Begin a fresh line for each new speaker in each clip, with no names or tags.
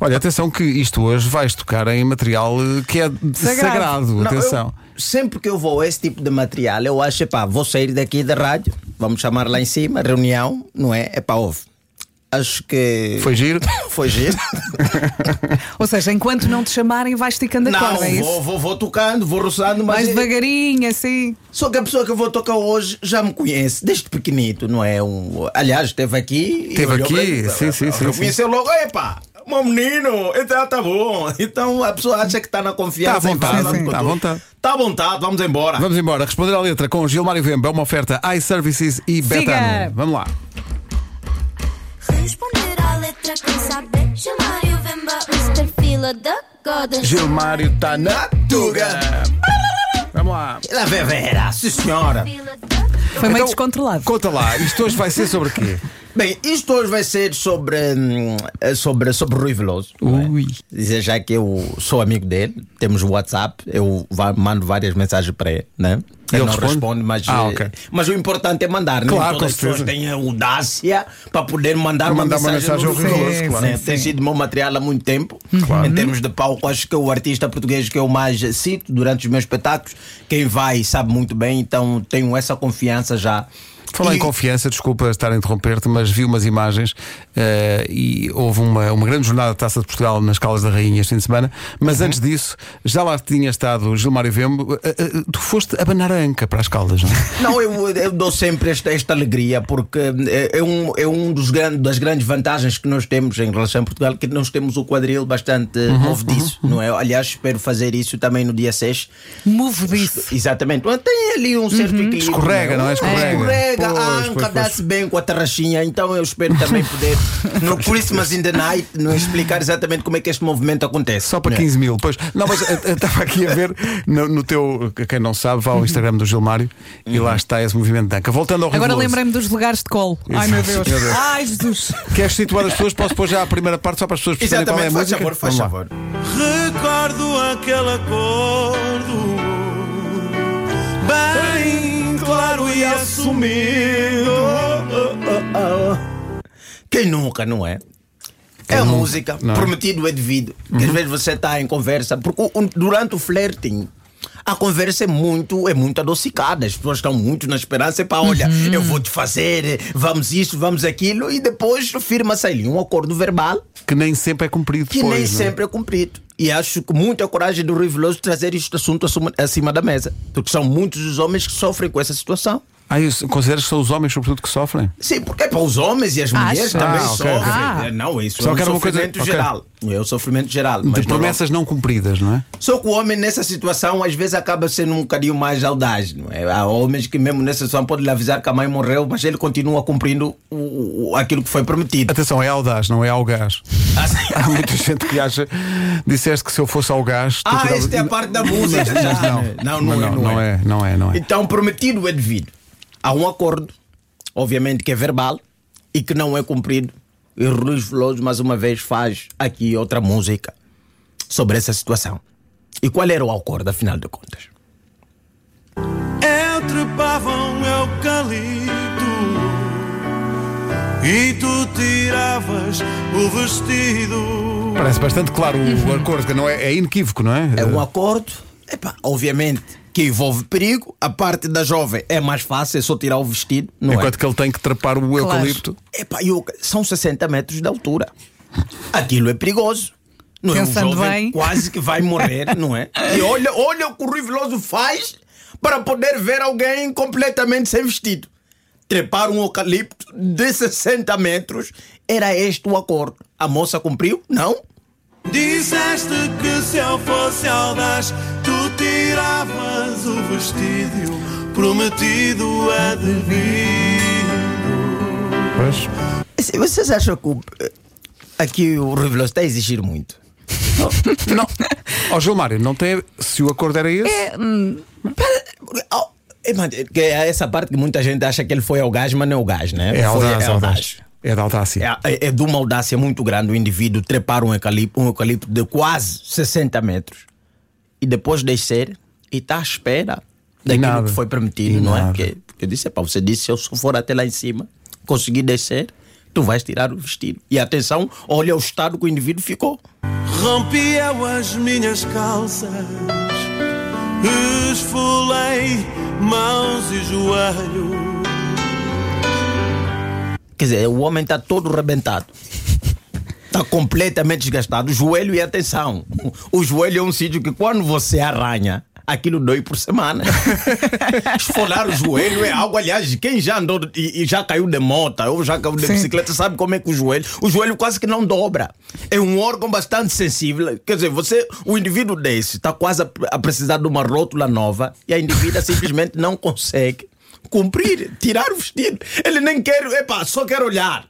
Olha, atenção que isto hoje vais tocar em material eh, que é de sagrado.
Não,
atenção.
eu- sempre que eu vou a esse tipo de material, eu acho, pá, vou sair daqui da rádio, vamos chamar lá em cima, reunião, não é? É pá, ouve. Acho que.
Foi giro?
Foi giro.
Ou seja, enquanto não te chamarem, vais esticando a
não,
corda, é isso?
vou, vou, vou tocando, vou roçando,
Mais
mas.
devagarinho, assim.
Só que a pessoa que eu vou tocar hoje já me conhece, desde pequenito, não é? Um... Aliás, esteve aqui. e
Esteve
olhou
aqui,
para mim,
sim, sim, sim,
Reconheceu logo, epá, meu menino, então tá bom. Então a pessoa acha que está na confiança.
Tá à
e
vontade,
fala
sim,
com
tá à
tudo.
vontade.
Tá à vontade, vamos embora.
Vamos embora. Responder à letra com Gilmário Vemba é uma oferta iServices e Betano. Vamos lá.
Responder à letra quem sabe Gilmário Vemba, Mr. Fila da Goda
Gilmário está
tá Na Tuga.
Vamos lá. Então,
La Vera, sim senhora.
Fila da
Foi É
Então,
meio descontrolado.
Conta lá, isto hoje vai ser sobre quê?
Bem, isto hoje vai ser sobre, hum, sobre, sobre Rui Veloso.
Uhum.
não é? Dizer já que eu sou amigo dele, temos o WhatsApp, eu va- mando várias mensagens para ele, né?
E ele
Ele, não
responde?
responde, mas,
Ah,
eh,
ok.
mas o importante é mandar,
Claro,
né? Todas
com
as pessoas
certeza.
têm a audácia para poder mandar,
Mandar uma
uma
mensagem
mensagem,
ao
no
Rui
Veloso,
Veloso, claro. Uhum.
né? Tem sido meu material há muito tempo. Em termos de palco, acho que é o artista português que eu mais cito durante os meus espetáculos. Quem vai sabe muito bem, então tenho essa confiança já.
Falar em
E-
confiança, desculpa estar a interromper-te, mas vi umas imagens eh, e houve uma, uma grande jornada de Taça de Portugal nas Calas da Rainha este fim de semana. Mas
Uhum.
antes disso, já lá tinha estado Gilmário Vembo. eh, eh, tu foste abanar a anca para as Caldas, não é?
Não, eu, eu dou sempre esta, esta alegria porque é, é um, é um dos grandes, das grandes vantagens que nós temos em relação a Portugal, que nós temos o quadril bastante eh,
Uhum,
movediço, não é? Aliás, espero fazer isso também no dia 6.
Movediço.
Exatamente. Mas Tem ali um certo equilíbrio.
Escorrega, não é? Escorrega.
Escorrega,
Pois,
a
pois,
anca
pois.
dá-se bem com a tarraxinha, então eu espero também poder, no Christmas in the Night, não explicar exatamente como é que este movimento acontece.
Só para
não é?
15 mil. Pois, não, mas eu eu estava aqui a ver no, no teu. Quem não sabe, vá
Uhum.
ao Instagram do Gilmário e lá está esse movimento de anca. Voltando ao Rio
Agora
Veloso,
lembrei-me dos lugares de colo. Ai meu
Exato,
Deus.
meu Deus.
Ai Jesus.
Queres situar as pessoas? Posso pôr já a primeira parte só para as pessoas perceberem qual é a
Exatamente, faz
música?
favor,
Vamos
faz
lá.
favor.
Recordo aquele acordo Bem claro e assumido
Quem nunca, não é? É a música, prometido é devido. Que Às vezes você está em conversa, porque o- o- durante o flirting. A conversa é muito, é muito adocicada. As pessoas estão muito na esperança para, olha, eu vou te fazer, vamos isto, vamos aquilo, e depois firma-se ali um acordo verbal
Que nem sempre é cumprido
que
depois,
nem
não é?
sempre é cumprido. E acho que muita coragem do Rui Veloso trazer este assunto acima, acima da mesa. Porque são muitos os homens que sofrem com essa situação.
Ah, isso, consideras que são os homens, sobretudo, que sofrem?
Sim, porque é para os homens e as mulheres
Acha?
também
Ah, ok,
sofrem.
ok.
Ah.
É, Não, isso
Só
é um
que era uma coisa-
sofrimento
ok.
geral. É um sofrimento geral. mas
de
não-
promessas não cumpridas, não é?
Só que o homem nessa situação às vezes acaba sendo um bocadinho mais audaz. Não é? Há homens que mesmo nessa situação podem lhe avisar que a mãe morreu, mas ele continua cumprindo o- o- aquilo que foi prometido.
Atenção, é audaz, não é ao gás. Há muita gente que acha. Disseste que se eu fosse ao gás. tu
Ah,
tirava-
esta é a parte da música.
Mas não,
não, não,
mas
é, não, é.
não é, não é.
Então, prometido é devido. Há um acordo, obviamente que é verbal e que não é cumprido. E Rui Veloso, mais uma vez, faz aqui outra música sobre essa situação. E qual era o acordo, afinal de contas?
Entre pavão e um eucalipto E tu tiravas o vestido
Parece bastante claro o acordo, que não é, é inequívoco, não é?
Uhum. É um acordo, epá, obviamente que envolve perigo. A parte da jovem é mais fácil, é só tirar o vestido, não é?
Enquanto que ele tem que trapar o eucalipto.
Epá, e o- são 60 metros de altura. Aquilo é perigoso. Não é
Pensando
um jovem
bem.
quase que vai morrer, não é? E olha, olha o que o Rui Veloso faz para poder ver alguém completamente sem vestido. Trepar um eucalipto de 60 metros. Era este o acordo. A moça cumpriu? Não?
Disseste que se eu fosse audaz Tu tiravas o vestido Prometido é devido
Pois.
Assim, Vocês acham que o- eh, aqui o Rui Veloso está a exigir muito?
Não. Ó Gilmário, não tem. Se o acordo era esse.
Oh, é, mano, que é essa parte que muita gente acha que ele foi ao gás, mas não é o gás, né?
É,
Foi-
audaz,
é
audaz. É da audácia.
É, é- é de uma audácia muito grande o indivíduo trepar um eucalipto, um eucalipto de quase 60 metros e depois descer e está à espera daquilo
nada.
que foi prometido,
E
não
nada.
é? Porque, porque eu disse, "Epá, você disse, se eu só for até lá em cima, conseguir descer, tu vais tirar o vestido. E atenção, olha o estado que o indivíduo ficou.
Rompi eu as minhas calças, esfolei mãos e joelhos.
Quer dizer, o homem está todo rebentado. Está Tá completamente desgastado. O joelho e atenção. O joelho é um sítio que quando você arranha, aquilo dói por semana. Esfolar o joelho é algo. Aliás, quem já andou e, e já caiu de moto ou já caiu de
Sim.
bicicleta sabe como é que o joelho. O joelho quase que não dobra. É um órgão bastante sensível. Quer dizer, você, o indivíduo desse, está quase a, a precisar de uma rótula nova e a indivídua simplesmente não consegue cumprir, tirar o vestido. Ele nem quer, epá, só quer olhar.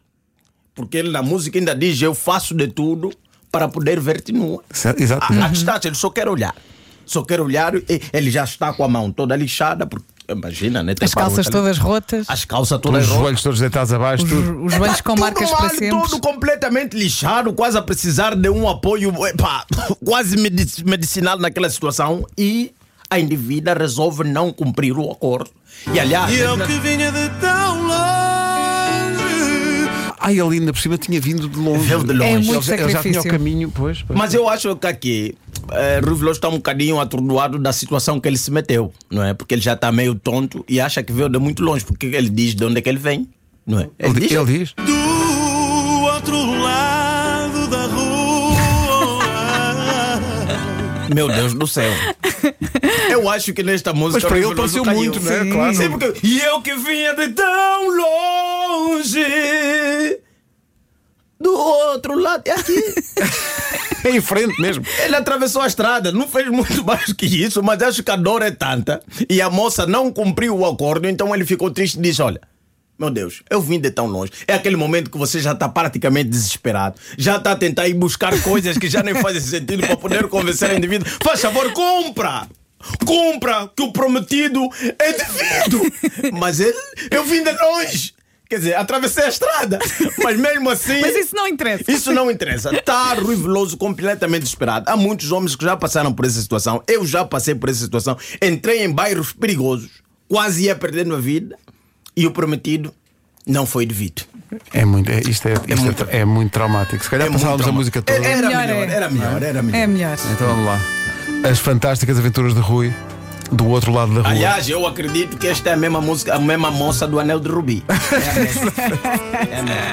Porque ele na música ainda diz: eu faço de tudo para poder ver-te nua.
Certo, Exato.
A, a distância, ele só quer olhar. Só quer olhar e ele já está com a mão toda lixada, porque imagina, né?
As
trepar
calças
outra-
todas rotas,
As calças
Os
todas rotas.
joelhos todos deitados abaixo, tudo.
os joelhos com
Tudo
marcas
mal,
para sempre.
Todo completamente lixado, quase a precisar de um apoio epá, quase medic- medicinal naquela situação. E a indivídua resolve não cumprir o acordo. E aliás,
E eu que vinha de tão longe.
Ai, ele ainda por cima tinha vindo de longe.
Veio de longe.
É
Ele
muito
já- ele já tinha o
sacrifício.
caminho, pois. pois.
Mas eu acho que aqui eh, Rui Veloso está um bocadinho atordoado da situação que ele se meteu, não é? Porque ele já está meio tonto e acha que veio de muito longe, porque ele diz de onde é que ele vem, não é?
ele, diz, ele diz.
do outro lado da rua.
Meu Deus do céu. eu acho que nesta música.
Mas para
Rui
ele pareceu
Veloso caiu.
muito, não é?
Sim.
Claro.
Sim, porque. E eu que vinha de tão longe. Do outro lado. É aqui.
É em frente mesmo.
Ele atravessou a estrada, não fez muito mais que isso, mas acho que a dor é tanta e a moça não cumpriu o acordo, então ele ficou triste e disse: Olha. Meu Deus, eu vim de tão longe. É aquele momento que você já está praticamente desesperado. Já está a tentar ir buscar coisas que já nem fazem sentido para poder convencer a indivíduo. Faz favor, compra! Compra, que o prometido é devido! Mas ele, eu vim de longe! Quer dizer, atravessei a estrada. Mas mesmo assim.
Mas isso não interessa.
Isso não interessa. Está Rui Veloso completamente desesperado. Há muitos homens que já passaram por essa situação. Eu já passei por essa situação. Entrei em bairros perigosos, quase ia perdendo a vida e o prometido não foi devido.
É muito, é, isto é, isto é,
muito-
é muito traumático. Se calhar
É muito
passávamos a
trauma.
música toda.
É- Era
melhor,
melhor,
é.
era melhor, era melhor.
É melhor.
Então vamos lá. As fantásticas aventuras de Rui, do outro lado da rua.
Aliás, eu acredito que esta é a mesma música, a mesma moça do Anel de Rubi. É a mesma. É a mesma.